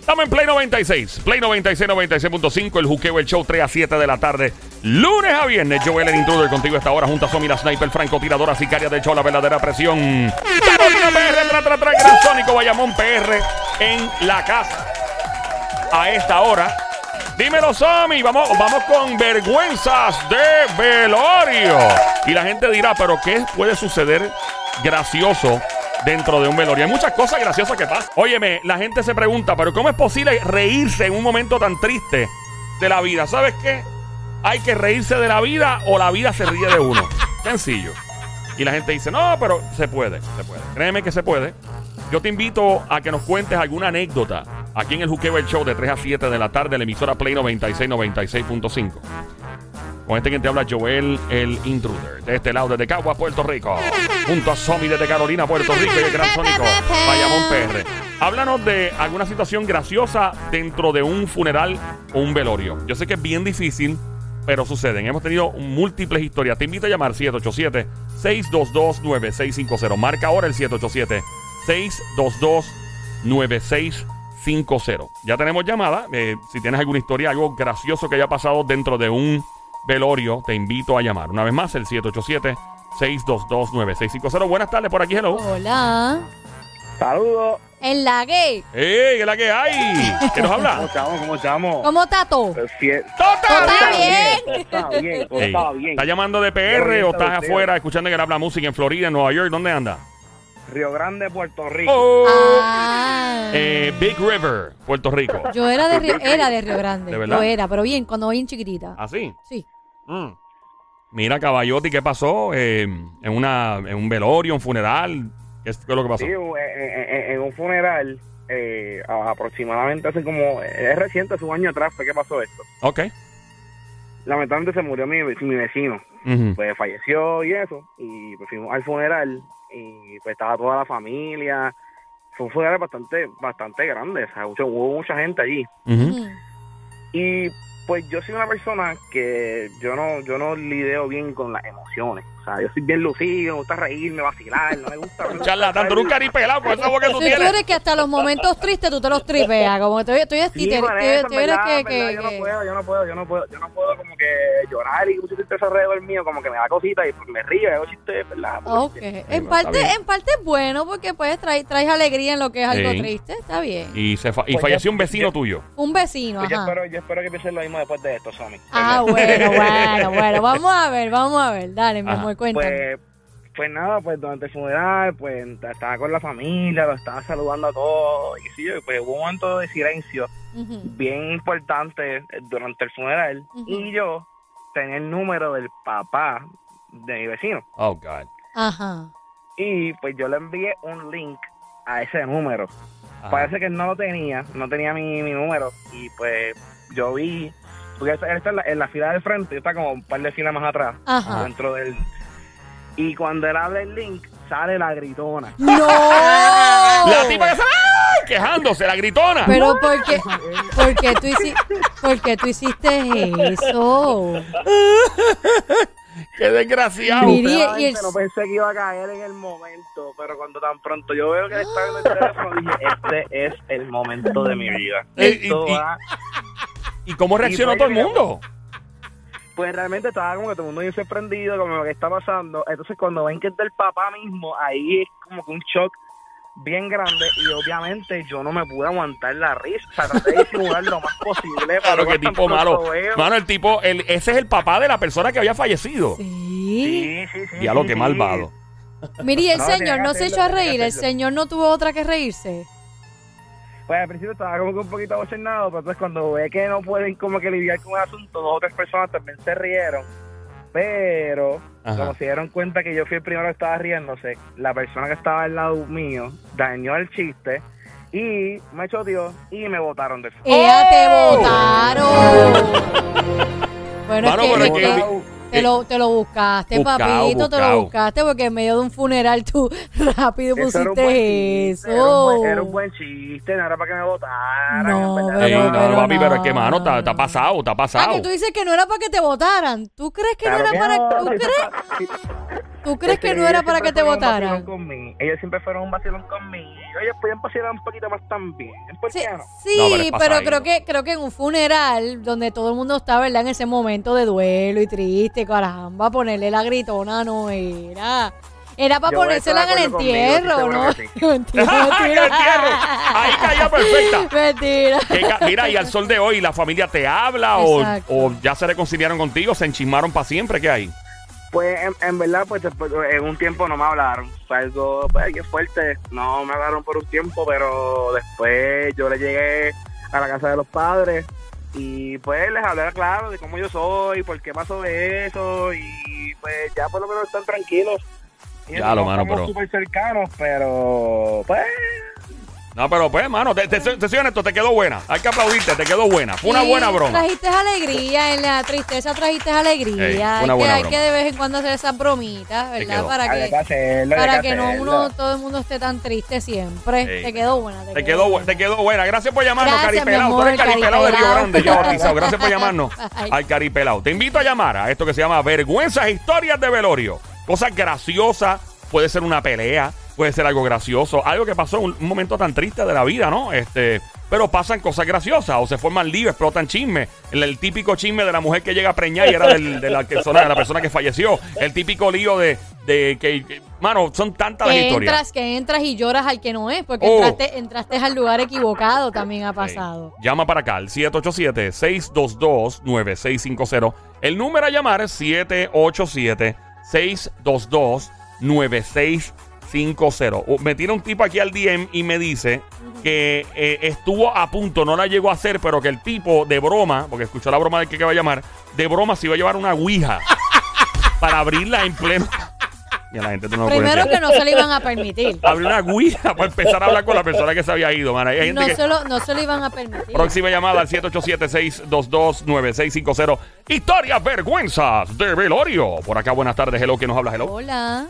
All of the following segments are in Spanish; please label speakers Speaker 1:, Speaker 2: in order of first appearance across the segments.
Speaker 1: Estamos en Play 96. Play 96, 96.5. El juqueo, el show 3 a 7 de la tarde. Lunes a viernes. Joel, el intruder, contigo a esta hora. Junto a Somi, la sniper, francotiradora, sicaria. De hecho, la verdadera presión. Carolina PR, tra, tra, tra, Gran Sónico, Bayamón PR en la casa. A esta hora. Dímelo, Somi. Vamos, vamos con vergüenzas de velorio. Y la gente dirá, pero ¿qué puede suceder gracioso dentro de un velorio? Hay muchas cosas graciosas que pasan. Óyeme, la gente se pregunta, pero ¿cómo es posible reírse en un momento tan triste de la vida? ¿Sabes qué? Hay que reírse de la vida o la vida se ríe de uno. Sencillo. Y la gente dice, no, pero se puede, se puede. Créeme que se puede. Yo te invito a que nos cuentes alguna anécdota aquí en el Juqueo del Show de 3 a 7 de la tarde, la emisora Play 96, 96.5. Con este quien te habla Joel, el intruder. De este lado, desde Cagua, Puerto Rico. Junto a Somi desde Carolina, Puerto Rico y el Gran Sónico, Bayamón PR. Háblanos de alguna situación graciosa dentro de un funeral o un velorio. Yo sé que es bien difícil, pero suceden. Hemos tenido múltiples historias. Te invito a llamar 787-622-9650. Marca ahora el 787-622-9650. Ya tenemos llamada. Eh, si tienes alguna historia, algo gracioso que haya pasado dentro de un velorio, te invito a llamar. Una vez más, el 787-622-9650. Buenas tardes, por aquí, hello.
Speaker 2: Hola.
Speaker 3: Saludos.
Speaker 2: En la gay.
Speaker 1: ¡Ey! ¿Qué es la que hay? ¿Qué nos
Speaker 3: ¿Cómo
Speaker 1: habla?
Speaker 3: estamos? ¿Cómo estamos?
Speaker 2: ¿Cómo tato?
Speaker 3: Eh, fie-
Speaker 1: ¡Tota!
Speaker 2: Tota.
Speaker 3: Está
Speaker 2: bien.
Speaker 3: Está bien, todo
Speaker 1: Ey,
Speaker 3: está bien.
Speaker 1: ¿Estás llamando de
Speaker 3: Yo
Speaker 1: PR
Speaker 3: bien,
Speaker 1: o estás
Speaker 3: saludos.
Speaker 1: afuera escuchando que habla música en Florida, en Nueva York? ¿Dónde anda?
Speaker 3: Río Grande, Puerto Rico.
Speaker 1: Oh.
Speaker 2: Ah.
Speaker 1: Eh, Big River, Puerto Rico.
Speaker 2: Yo era de Río, era de Río Grande.
Speaker 1: ¿De verdad? Ah.
Speaker 2: Lo era, pero bien, cuando bien chiquitita.
Speaker 1: ¿Así?
Speaker 2: Sí.
Speaker 1: Mm. Mira, Caballotti, ¿qué pasó? Eh, en, una, en un velorio, un funeral. ¿Qué es, qué es lo que pasó?
Speaker 3: Sí, en, en- en- en un funeral, eh, a- aproximadamente hace como. Es reciente, hace un año atrás fue que pasó esto.
Speaker 1: Ok.
Speaker 3: Lamentablemente se murió mi, ve- mi vecino.
Speaker 1: Ujú.
Speaker 3: Pues falleció y eso. Y pues fuimos al funeral. Y pues estaba toda la familia. Fue un funeral bastante, bastante grande. O sea, mucho- hubo mucha gente allí.
Speaker 1: Ujú.
Speaker 2: Mm.
Speaker 3: Y pues yo soy una persona que yo no, yo no lideo bien con las emociones. O sea, yo soy bien lucido, me gusta reírme, vacilar, no me gusta...
Speaker 1: Un charlatán, tú eres un caripelado con esa voz que tú
Speaker 2: Si tú
Speaker 1: tienes.
Speaker 2: eres que hasta los momentos tristes tú te los tripeas, como que tú, tú, eres-
Speaker 3: Sí,
Speaker 2: te-
Speaker 3: Vanessa,
Speaker 2: te-
Speaker 3: en
Speaker 2: tú eres
Speaker 3: verdad,
Speaker 2: que...
Speaker 3: en verdad,
Speaker 2: que,
Speaker 3: yo no
Speaker 2: que-
Speaker 3: puedo, yo no puedo, yo no puedo, yo no puedo como que llorar y mucho tristeza alrededor mío, como que me da cosita y pues, me río, y hago chistes, ¿verdad?
Speaker 2: Ok.
Speaker 3: Porque-
Speaker 2: En
Speaker 1: está
Speaker 3: Pues
Speaker 2: parte,
Speaker 1: bien.
Speaker 2: en parte es bueno porque puedes traer, traes alegría en lo que es algo
Speaker 1: Sí.
Speaker 2: triste. Está bien.
Speaker 1: Y, se fa- y
Speaker 3: Pues
Speaker 1: falleció
Speaker 3: yo-
Speaker 1: un vecino
Speaker 3: yo-
Speaker 1: tuyo.
Speaker 2: Un vecino,
Speaker 3: Pues yo,
Speaker 2: ajá.
Speaker 3: espero, yo espero que piensen lo mismo después de esto, Somi.
Speaker 2: Ah, bueno, bueno, bueno. Vamos a ver, vamos a ver. Dale, mi
Speaker 1: Ajá.
Speaker 2: amor, cuéntame.
Speaker 3: Pues, pues nada, pues durante el funeral, pues estaba con la familia, lo estaba saludando a todos, y sí, pues hubo un momento de silencio
Speaker 1: Pues,
Speaker 2: Ujú.
Speaker 3: bien importante eh, durante el funeral
Speaker 2: Ujú.
Speaker 3: y yo tenía el número del papá de mi vecino
Speaker 1: Oh, God.
Speaker 2: Ajá.
Speaker 3: y pues yo le envié un link a ese número.
Speaker 1: Ajá.
Speaker 3: Parece que él no lo tenía, no tenía mi, mi número y pues yo vi, porque él está- él está en la, en la fila del frente, yo estaba como un par de filas más atrás,
Speaker 2: Ajá.
Speaker 3: dentro del... Y cuando él habla el link, sale la gritona.
Speaker 2: ¡No!
Speaker 1: La tipa que se ¡Ay! quejándose, la gritona.
Speaker 2: Pero porque, porque tú hiciste, porque tú hiciste eso.
Speaker 1: Qué desgraciado.
Speaker 2: Mira. Y- y
Speaker 3: Sinceramente,
Speaker 2: el-
Speaker 3: no pensé que iba a caer en el momento, pero cuando tan pronto yo veo que él está en el teléfono, dije, este es el momento de mi vida.
Speaker 1: Y- y-
Speaker 3: Esto
Speaker 1: y-
Speaker 3: va-
Speaker 1: ¿Y cómo reaccionó
Speaker 3: Y
Speaker 1: todo el
Speaker 3: fue-
Speaker 1: mundo?
Speaker 3: Pues realmente estaba como que todo el mundo bien sorprendido con lo que está pasando. Entonces cuando ven que es del papá mismo, ahí es como que un shock bien grande y obviamente yo no me pude aguantar la risa. O sea, traté de disimular lo más posible.
Speaker 1: Claro,
Speaker 3: pero
Speaker 1: qué
Speaker 3: tan
Speaker 1: tipo malo.
Speaker 3: pronto veo-
Speaker 1: Mano, el tipo, el, ese es el papá de la persona que había fallecido.
Speaker 2: Sí.
Speaker 3: Sí, sí, sí.
Speaker 1: Diablo,
Speaker 3: sí,
Speaker 1: qué
Speaker 3: sí.
Speaker 1: malvado.
Speaker 2: Mire, y el
Speaker 3: No,
Speaker 2: señor
Speaker 3: tenía
Speaker 2: no
Speaker 3: que
Speaker 2: se
Speaker 3: hacerlo,
Speaker 2: echó a
Speaker 3: tenía que
Speaker 2: reír, el
Speaker 3: hacerlo.
Speaker 2: señor no tuvo otra que reírse.
Speaker 3: Pues al principio estaba como que un poquito abochornado, pero entonces cuando ve que no pueden como que lidiar con el asunto, dos o tres personas también se rieron. Pero
Speaker 1: Ajá.
Speaker 3: como se dieron cuenta que yo fui el primero que estaba riéndose, la persona que estaba al lado mío dañó el chiste y me choteó y me botaron
Speaker 2: Eh,
Speaker 3: del fuego.
Speaker 2: ¡Ella te
Speaker 1: ¡Oh!
Speaker 2: votaron! Bueno,
Speaker 1: Mano,
Speaker 2: es que,
Speaker 1: pero
Speaker 2: es
Speaker 1: es
Speaker 2: que
Speaker 1: que-
Speaker 2: te, lo, te lo buscaste,
Speaker 1: Buscao,
Speaker 2: papito, te
Speaker 1: buscao.
Speaker 2: lo buscaste, porque en medio de un funeral tú rápido
Speaker 3: Eso era un buen
Speaker 2: pusiste
Speaker 3: chiste, Era un
Speaker 2: eso.
Speaker 3: buen, era un buen chiste, no era para que me botaran.
Speaker 2: No,
Speaker 3: en verdad.
Speaker 1: Ey,
Speaker 2: pero-
Speaker 1: no,
Speaker 2: pero
Speaker 1: papi, pero es que,
Speaker 2: no,
Speaker 1: mano, está
Speaker 2: no,
Speaker 1: está
Speaker 2: no.
Speaker 1: pasado, está
Speaker 2: Ah,
Speaker 1: pasado.
Speaker 2: que tú dices que no era para que te votaran. ¿Tú crees que
Speaker 3: Claro
Speaker 2: no era
Speaker 3: que
Speaker 2: para.?
Speaker 3: no,
Speaker 2: ¿Tú
Speaker 3: si
Speaker 2: crees?
Speaker 3: eso está- si-
Speaker 2: ¿Tú crees
Speaker 3: Es
Speaker 2: que no era
Speaker 3: ellos
Speaker 2: para
Speaker 3: Este, siempre
Speaker 2: que te
Speaker 3: fueron un
Speaker 2: votaran?
Speaker 3: vacilón conmigo. Ellos siempre fueron un vacilón conmigo. Ellos podían vacilar un poquito más también. ¿Por
Speaker 2: Sí,
Speaker 3: qué no?
Speaker 2: sí,
Speaker 1: No, pero es
Speaker 2: pero
Speaker 1: pasadito.
Speaker 2: creo que creo que en un funeral donde todo el mundo está, ¿verdad? En ese momento de duelo y triste, caramba, ponerle la gritona no era. Era para
Speaker 3: Yo voy a estar
Speaker 2: ponérsela en el
Speaker 3: de acuerdo
Speaker 2: entierro,
Speaker 3: conmigo, estoy
Speaker 2: ¿no?
Speaker 3: seguro que
Speaker 2: mentira,
Speaker 1: ¡Ay, el ¡Ah, entierro! Ahí cayó perfecta.
Speaker 2: mentira.
Speaker 1: Que ca- Mira, y al sol de hoy, ¿la familia te habla o,
Speaker 2: Exacto.
Speaker 1: o ya se reconciliaron contigo, se enchismaron para siempre? ¿Qué hay?
Speaker 3: Pues en, en verdad, pues después- en un tiempo no me hablaron. Fue algo pues, que fuerte. No me hablaron por un tiempo, pero después yo le llegué a la casa de los padres y pues les hablé claro de cómo yo soy, por qué pasó de eso y pues ya por lo menos están tranquilos. Y
Speaker 1: Ya, lo, mano,
Speaker 3: estamos
Speaker 1: pero-
Speaker 3: súper cercanos, pero pues
Speaker 1: No, pero pues, mano, te, te, soy- te soy honesto, te quedó buena. Hay que aplaudirte, te quedó buena. Fue una
Speaker 2: Sí,
Speaker 1: buena broma.
Speaker 2: Trajiste alegría, en la tristeza trajiste alegría.
Speaker 1: Ey, fue
Speaker 2: hay,
Speaker 1: una
Speaker 2: que,
Speaker 1: buena
Speaker 2: hay
Speaker 1: broma.
Speaker 2: que de vez en cuando hacer esas bromitas,
Speaker 1: Te
Speaker 2: ¿verdad?
Speaker 1: quedó.
Speaker 2: Para
Speaker 3: había que
Speaker 2: que,
Speaker 3: hacerlo, había
Speaker 2: para
Speaker 3: que
Speaker 2: que no
Speaker 3: hacerlo.
Speaker 2: uno, todo el mundo esté tan triste siempre.
Speaker 1: Ey.
Speaker 2: te quedó buena.
Speaker 1: Te quedó, bu- te quedó buena. Gracias por llamarnos,
Speaker 2: Gracias,
Speaker 1: Caripelado.
Speaker 2: mi
Speaker 1: Tú
Speaker 2: amor,
Speaker 1: eres Caripelado de Río
Speaker 2: Caripelao.
Speaker 1: Grande, ya bautizado. Gracias por llamarnos
Speaker 2: Ay.
Speaker 1: al Caripelado. Te invito a llamar a esto que se llama Vergüenzas Historias de Velorio. Cosas graciosas. Puede ser una pelea, puede ser algo gracioso, algo que pasó en un, un momento tan triste de la vida, ¿no? Este, pero pasan cosas graciosas o se forman líos, explotan chismes. El, el típico chisme de la mujer que llega a preñar y era del- de, la, que, de la persona que falleció. El típico lío de, de que, que- mano, son tantas las
Speaker 2: que
Speaker 1: historias.
Speaker 2: entras, que entras y lloras al que no es, porque
Speaker 1: Oh.
Speaker 2: entraste, entraste al lugar equivocado también ha pasado.
Speaker 1: Sí. Llama para acá al 787-622-9650. El número a llamar es 787-622-9650. O- Oh, Me tira un tipo aquí al DM y me dice que eh, estuvo a punto, no la llegó a hacer, pero que el tipo de broma, porque escuchó la broma del que, que va a llamar, de broma se iba a llevar una ouija para abrirla en pleno. Ya la gente tú no lo puedes
Speaker 2: Primero
Speaker 1: entender.
Speaker 2: que no se lo iban a permitir.
Speaker 1: Abrir una ouija para empezar a hablar con la persona que se había ido, man. Hay gente
Speaker 2: No
Speaker 1: que-
Speaker 2: se, lo, no se lo iban a permitir.
Speaker 1: Próxima llamada al 787-622-9650. Historias vergüenzas de velorio. Por acá, buenas tardes. Hello, ¿quién nos habla? Hello.
Speaker 2: Hola.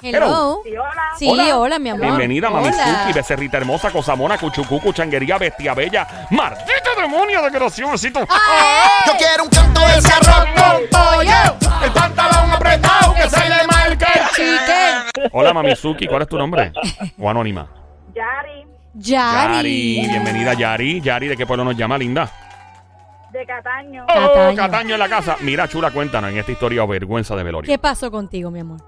Speaker 1: Hello.
Speaker 2: Hello.
Speaker 4: Sí, hola.
Speaker 2: Sí,
Speaker 1: Hola.
Speaker 2: hola, mi amor.
Speaker 1: Bienvenida,
Speaker 2: Hola.
Speaker 1: Mamizuki, becerrita hermosa, cosamona, cuchucucu, changuería, bestia bella. ¡Maldita demonia de graciosito!
Speaker 5: Yo quiero un canto de ese arroz con pollo. El pantalón apretado que se le marca el
Speaker 2: Chique.
Speaker 1: Hola, Mamizuki, ¿cuál es tu nombre? O anónima.
Speaker 4: Yari,
Speaker 2: Yari.
Speaker 1: Bienvenida, Yari. Yari, ¿de qué pueblo nos llama, linda?
Speaker 4: de Cataño.
Speaker 1: Oh,
Speaker 2: Cataño.
Speaker 1: Cataño en la casa. Mira, chula, cuéntanos en esta historia o vergüenza de velorio.
Speaker 2: ¿Qué pasó contigo, mi amor?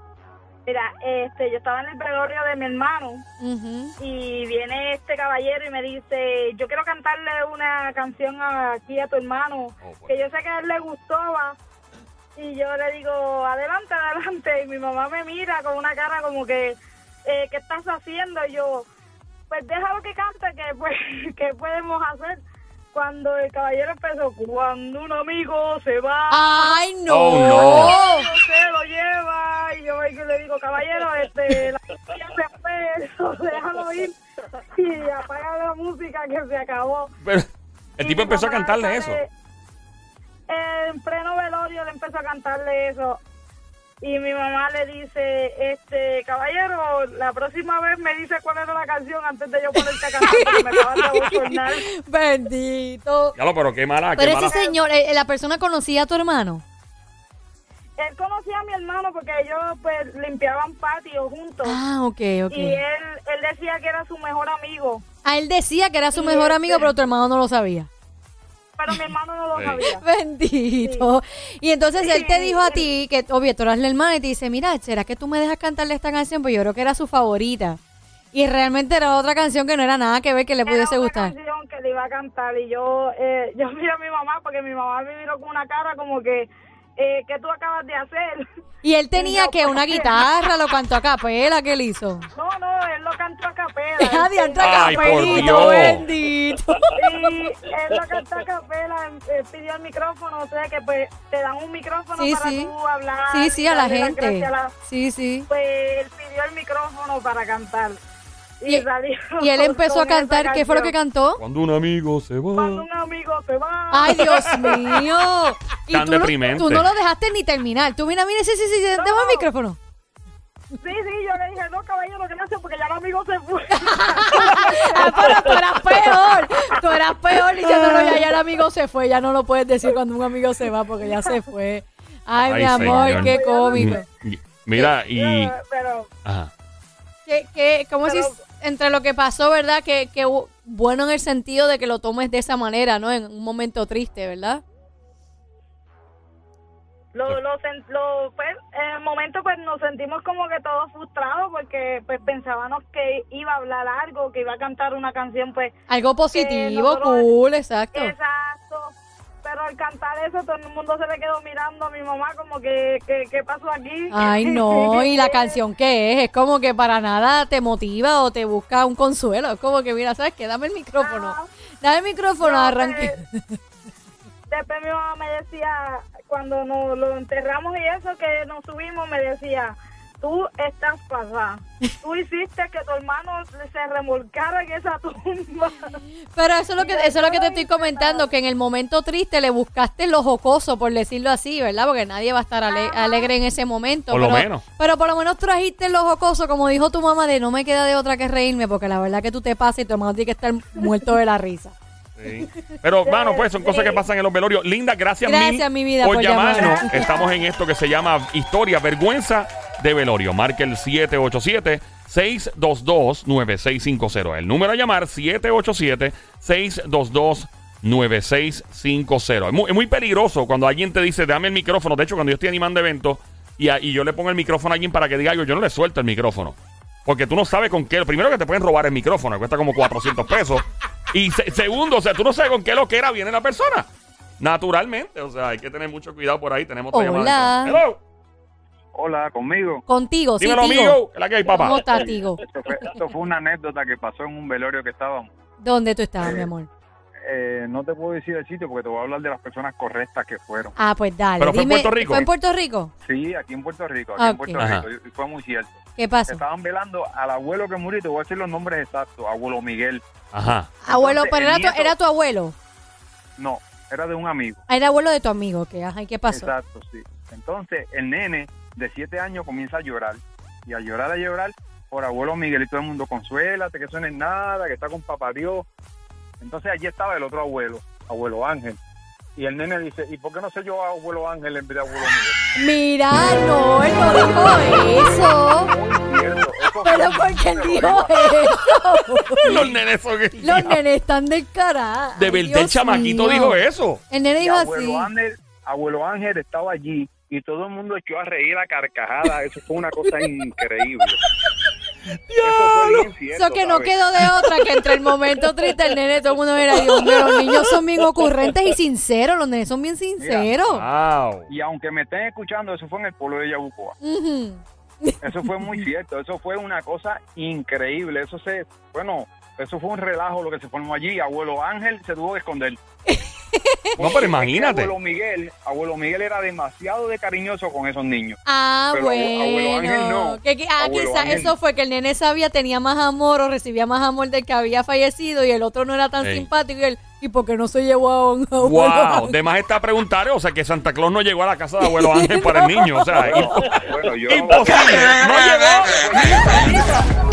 Speaker 4: Mira, este, yo estaba en el velorio de mi hermano
Speaker 2: Ujú.
Speaker 4: y viene este caballero y me dice, yo quiero cantarle una canción a- aquí a tu hermano,
Speaker 1: Oh, bueno.
Speaker 4: que yo sé que a él le gustaba. Y yo le digo, adelante, adelante. Y mi mamá me mira con una cara como que, eh, ¿qué estás haciendo? Y yo, pues déjalo que cante, que, pues, ¿qué podemos hacer? Cuando el caballero empezó, cuando un amigo se va...
Speaker 2: Ay, no.
Speaker 1: Oh,
Speaker 4: se lo lleva y yo vengo y le digo caballero este la canción de peso déjalo ir y apaga la música que se acabó
Speaker 1: Pero el
Speaker 4: Y
Speaker 1: tipo
Speaker 4: mi
Speaker 1: empezó a
Speaker 4: mamá
Speaker 1: cantarle eso.
Speaker 4: sale- en pleno velorio le empezó a cantarle eso y mi mamá le dice este caballero la próxima vez me dice cuál era la canción antes de yo ponerte a cantar porque me acabas de abochornar
Speaker 2: Bendito.
Speaker 1: Ya lo, pero qué mala, qué
Speaker 2: Pero
Speaker 1: mala.
Speaker 2: ese señor, eh, la persona conocía a tu hermano.
Speaker 4: él conocía a mi hermano porque ellos pues limpiaban patio juntos
Speaker 2: Ah, ok, ok.
Speaker 4: y él él decía que era su mejor amigo
Speaker 2: A Ah, él decía que era su mejor amigo,
Speaker 4: este.
Speaker 2: pero tu hermano no lo sabía.
Speaker 4: pero mi hermano no
Speaker 1: Sí.
Speaker 4: lo sabía
Speaker 2: Bendito. Y entonces él te
Speaker 4: Sí,
Speaker 2: dijo a
Speaker 4: sí.
Speaker 2: ti que, obvio, tú eras la hermana y te dice, mira, ¿será que tú me dejas cantarle esta canción? Pues yo creo que era su favorita. Y realmente era otra canción que no era nada que ver que le
Speaker 4: Era
Speaker 2: pudiese
Speaker 4: una
Speaker 2: gustar.
Speaker 4: canción que le iba a cantar y yo, eh, yo miré a mi mamá porque mi mamá me miró con una cara como que, eh, ¿qué tú acabas de hacer?
Speaker 2: Y él tenía que una guitarra, lo cantó a capela que él hizo.
Speaker 4: No, no, él lo cantó a capela.
Speaker 2: Adiante a
Speaker 1: Ay, por Dios.
Speaker 2: capelito, bendito.
Speaker 4: Y él lo cantó a capela, eh, pidió el micrófono, o sea que pues te dan un micrófono
Speaker 2: Sí,
Speaker 4: para
Speaker 2: sí.
Speaker 4: tú hablar.
Speaker 2: Sí, sí,
Speaker 4: y
Speaker 2: a la
Speaker 4: darle las
Speaker 2: gente.
Speaker 4: gracias a la-
Speaker 2: Sí, sí.
Speaker 4: pues él pidió el micrófono para cantar. Y,
Speaker 2: Y-
Speaker 4: salió
Speaker 2: Y él empezó a
Speaker 4: con esa
Speaker 2: cantar, ¿qué fue lo que
Speaker 4: canción.
Speaker 2: cantó?
Speaker 1: Cuando un amigo se va.
Speaker 4: Cuando un amigo se va.
Speaker 2: Ay, Dios mío. Y
Speaker 1: Tan
Speaker 2: tú, no-
Speaker 1: deprimente.
Speaker 2: tú no lo dejaste ni terminar. Tú mira, mira, sí, sí, sí, dame el micrófono.
Speaker 4: Sí, sí, yo le dije, no, caballero, gracias porque ya el amigo se fue.
Speaker 2: Ah, pero tú eras peor. Tú eras peor diciendo, no, ya, ya el amigo se fue. Ya no lo puedes decir cuando un amigo se va porque ya se fue. Ay, mi
Speaker 1: Ay,
Speaker 2: amor,
Speaker 1: señor.
Speaker 2: qué cómico.
Speaker 1: Mm, Mira, y.
Speaker 4: Yo, Pero,
Speaker 1: Ajá.
Speaker 2: Que, que, como si
Speaker 4: Pero-
Speaker 2: entre lo que pasó, ¿verdad? Que, que bu- bueno en el sentido de que lo tomes de esa manera, ¿no? En un momento triste, ¿verdad?
Speaker 4: lo, lo, sen- lo- pues, en el momento pues nos sentimos como que todos frustrados porque pues pensábamos que iba a hablar algo, que iba a cantar una canción pues
Speaker 2: Algo positivo,
Speaker 4: nosotros-
Speaker 2: cool, exacto.
Speaker 4: exacto. Pero al cantar eso todo el mundo se le quedó mirando a mi mamá como que, que ¿qué pasó aquí?
Speaker 2: Ay, no, y la canción que es, es como que para nada te motiva o te busca un consuelo. Es como que, mira, ¿sabes qué? Dame el micrófono. Dame el micrófono,
Speaker 4: No,
Speaker 2: arranque.
Speaker 4: Después mi mamá me decía, cuando nos lo enterramos y eso, que nos subimos, me decía, tú estás pasada. Tú hiciste que tu hermano se remolcara en esa tumba.
Speaker 2: Pero eso es lo que, eso es lo que te estoy
Speaker 4: Ay,
Speaker 2: comentando, que en el momento triste le buscaste lo jocoso, por decirlo así, ¿verdad? Porque nadie va a estar ale- alegre en ese momento.
Speaker 1: Por lo
Speaker 2: pero,
Speaker 1: menos.
Speaker 2: Pero por lo menos trajiste lo jocoso, como dijo tu mamá, de no me queda de otra que reírme, porque la verdad que tú te pasas y tu hermano tiene que estar muerto de la risa.
Speaker 1: Sí. Pero, mano, pues son cosas que pasan en los velorios. Linda, gracias,
Speaker 2: Gracias,
Speaker 1: mil
Speaker 2: mi vida,
Speaker 1: por,
Speaker 2: por
Speaker 1: llamarnos.
Speaker 2: llamarnos.
Speaker 1: Estamos en esto que se llama Historia, Vergüenza de Velorio. Marca el 787-622-9650. El número a llamar, 787-622-9650. Es muy, es muy peligroso cuando alguien te dice, dame el micrófono. De hecho, cuando yo estoy animando eventos y, a- y yo le pongo el micrófono a alguien para que diga algo, yo no le suelto el micrófono. Porque tú no sabes con qué. Primero que te pueden robar el micrófono, que cuesta como 400 pesos. Y se- segundo, o sea, tú no sabes con qué lo que era viene la persona. Naturalmente, o sea, hay que tener mucho cuidado por ahí. Tenemos otra
Speaker 2: Hola.
Speaker 1: llamada. Hello.
Speaker 3: Hola, conmigo.
Speaker 2: Contigo,
Speaker 1: Dímelo,
Speaker 2: sí, tío.
Speaker 1: amigo. ¿Qué es la que hay,
Speaker 2: ¿Cómo
Speaker 1: papá?
Speaker 2: estás, tío?
Speaker 3: Esto fue, esto fue una anécdota que pasó en un velorio que estábamos.
Speaker 2: ¿Dónde tú estabas, mi amor?
Speaker 3: Eh, no te puedo decir el sitio porque te voy a hablar de las personas correctas que fueron.
Speaker 2: Ah, pues dale.
Speaker 1: Pero fue en
Speaker 2: dime,
Speaker 1: Puerto Rico.
Speaker 2: ¿Fue en Puerto Rico?
Speaker 3: Sí, aquí en Puerto Rico, aquí
Speaker 2: Ah,
Speaker 3: en Puerto
Speaker 1: ok.
Speaker 3: Rico, y- y fue muy cierto.
Speaker 2: ¿Qué pasó?
Speaker 3: Estaban velando al abuelo que murió, y te voy a decir los nombres exactos, abuelo Miguel.
Speaker 1: Ajá.
Speaker 2: Abuelo,
Speaker 3: Entonces,
Speaker 2: pero
Speaker 3: el
Speaker 2: era tu,
Speaker 3: nieto-
Speaker 2: era tu abuelo.
Speaker 3: No, era de un amigo.
Speaker 2: Ah, Era abuelo de tu amigo, que ajá, ¿y qué pasó?
Speaker 3: Exacto, sí. Entonces, el nene de siete años comienza a llorar. Y a llorar, a llorar, por abuelo Miguel y todo el mundo, consuélate, que eso no es nada, que está con papá Dios. Entonces, allí estaba el otro abuelo, abuelo Ángel. Y el nene dice, ¿y por qué no sé yo abuelo Ángel en vez de abuelo Miguel?
Speaker 2: Mira, no, él no dijo eso.
Speaker 3: Muy cierto, eso fue-
Speaker 2: Pero porque él
Speaker 3: pero
Speaker 2: dijo
Speaker 3: igual,
Speaker 2: eso.
Speaker 1: Los nenes son.
Speaker 2: Los nenes están del carajo.
Speaker 1: De verdad, el chamaquito dijo eso.
Speaker 2: El nene
Speaker 3: y
Speaker 2: dijo así.
Speaker 3: abuelo Ángel, abuelo Ángel estaba allí y todo el mundo echó a reír a carcajada. Eso fue una cosa increíble. Eso fue bien cierto,
Speaker 2: Eso que no
Speaker 3: ¿sabes?
Speaker 2: quedó de otra que entre el momento triste el nene todo el mundo era Dios mío, los niños son bien ocurrentes y sinceros, los nenes son bien sinceros.
Speaker 1: Ah. Wow.
Speaker 3: Y aunque me estén escuchando, eso fue en el pueblo de Yabucoa.
Speaker 2: Ujú.
Speaker 3: Eso fue muy cierto, eso fue una cosa increíble. Eso se, bueno, eso fue un relajo lo que se formó allí. Abuelo Ángel se tuvo que esconder.
Speaker 1: No, pero imagínate.
Speaker 3: Abuelo Miguel, abuelo Miguel era demasiado de cariñoso con esos niños.
Speaker 2: Ah,
Speaker 3: Pero abuelo- abuelo Ángel
Speaker 2: bueno.
Speaker 3: no.
Speaker 2: Que- que- ah,
Speaker 3: Abuelo
Speaker 2: quizás
Speaker 3: Ángel.
Speaker 2: eso fue que el nene sabía, tenía más amor o recibía más amor del que había fallecido y el otro no era tan
Speaker 1: Ey.
Speaker 2: simpático y él, ¿y por qué no se llevó a un abuelo
Speaker 1: Wow.
Speaker 2: Ángel?
Speaker 1: De más está preguntar, o sea, que Santa Claus no llegó a la casa de abuelo Ángel para el niño. O sea,
Speaker 3: Bueno, yo
Speaker 1: imposible. No llegó.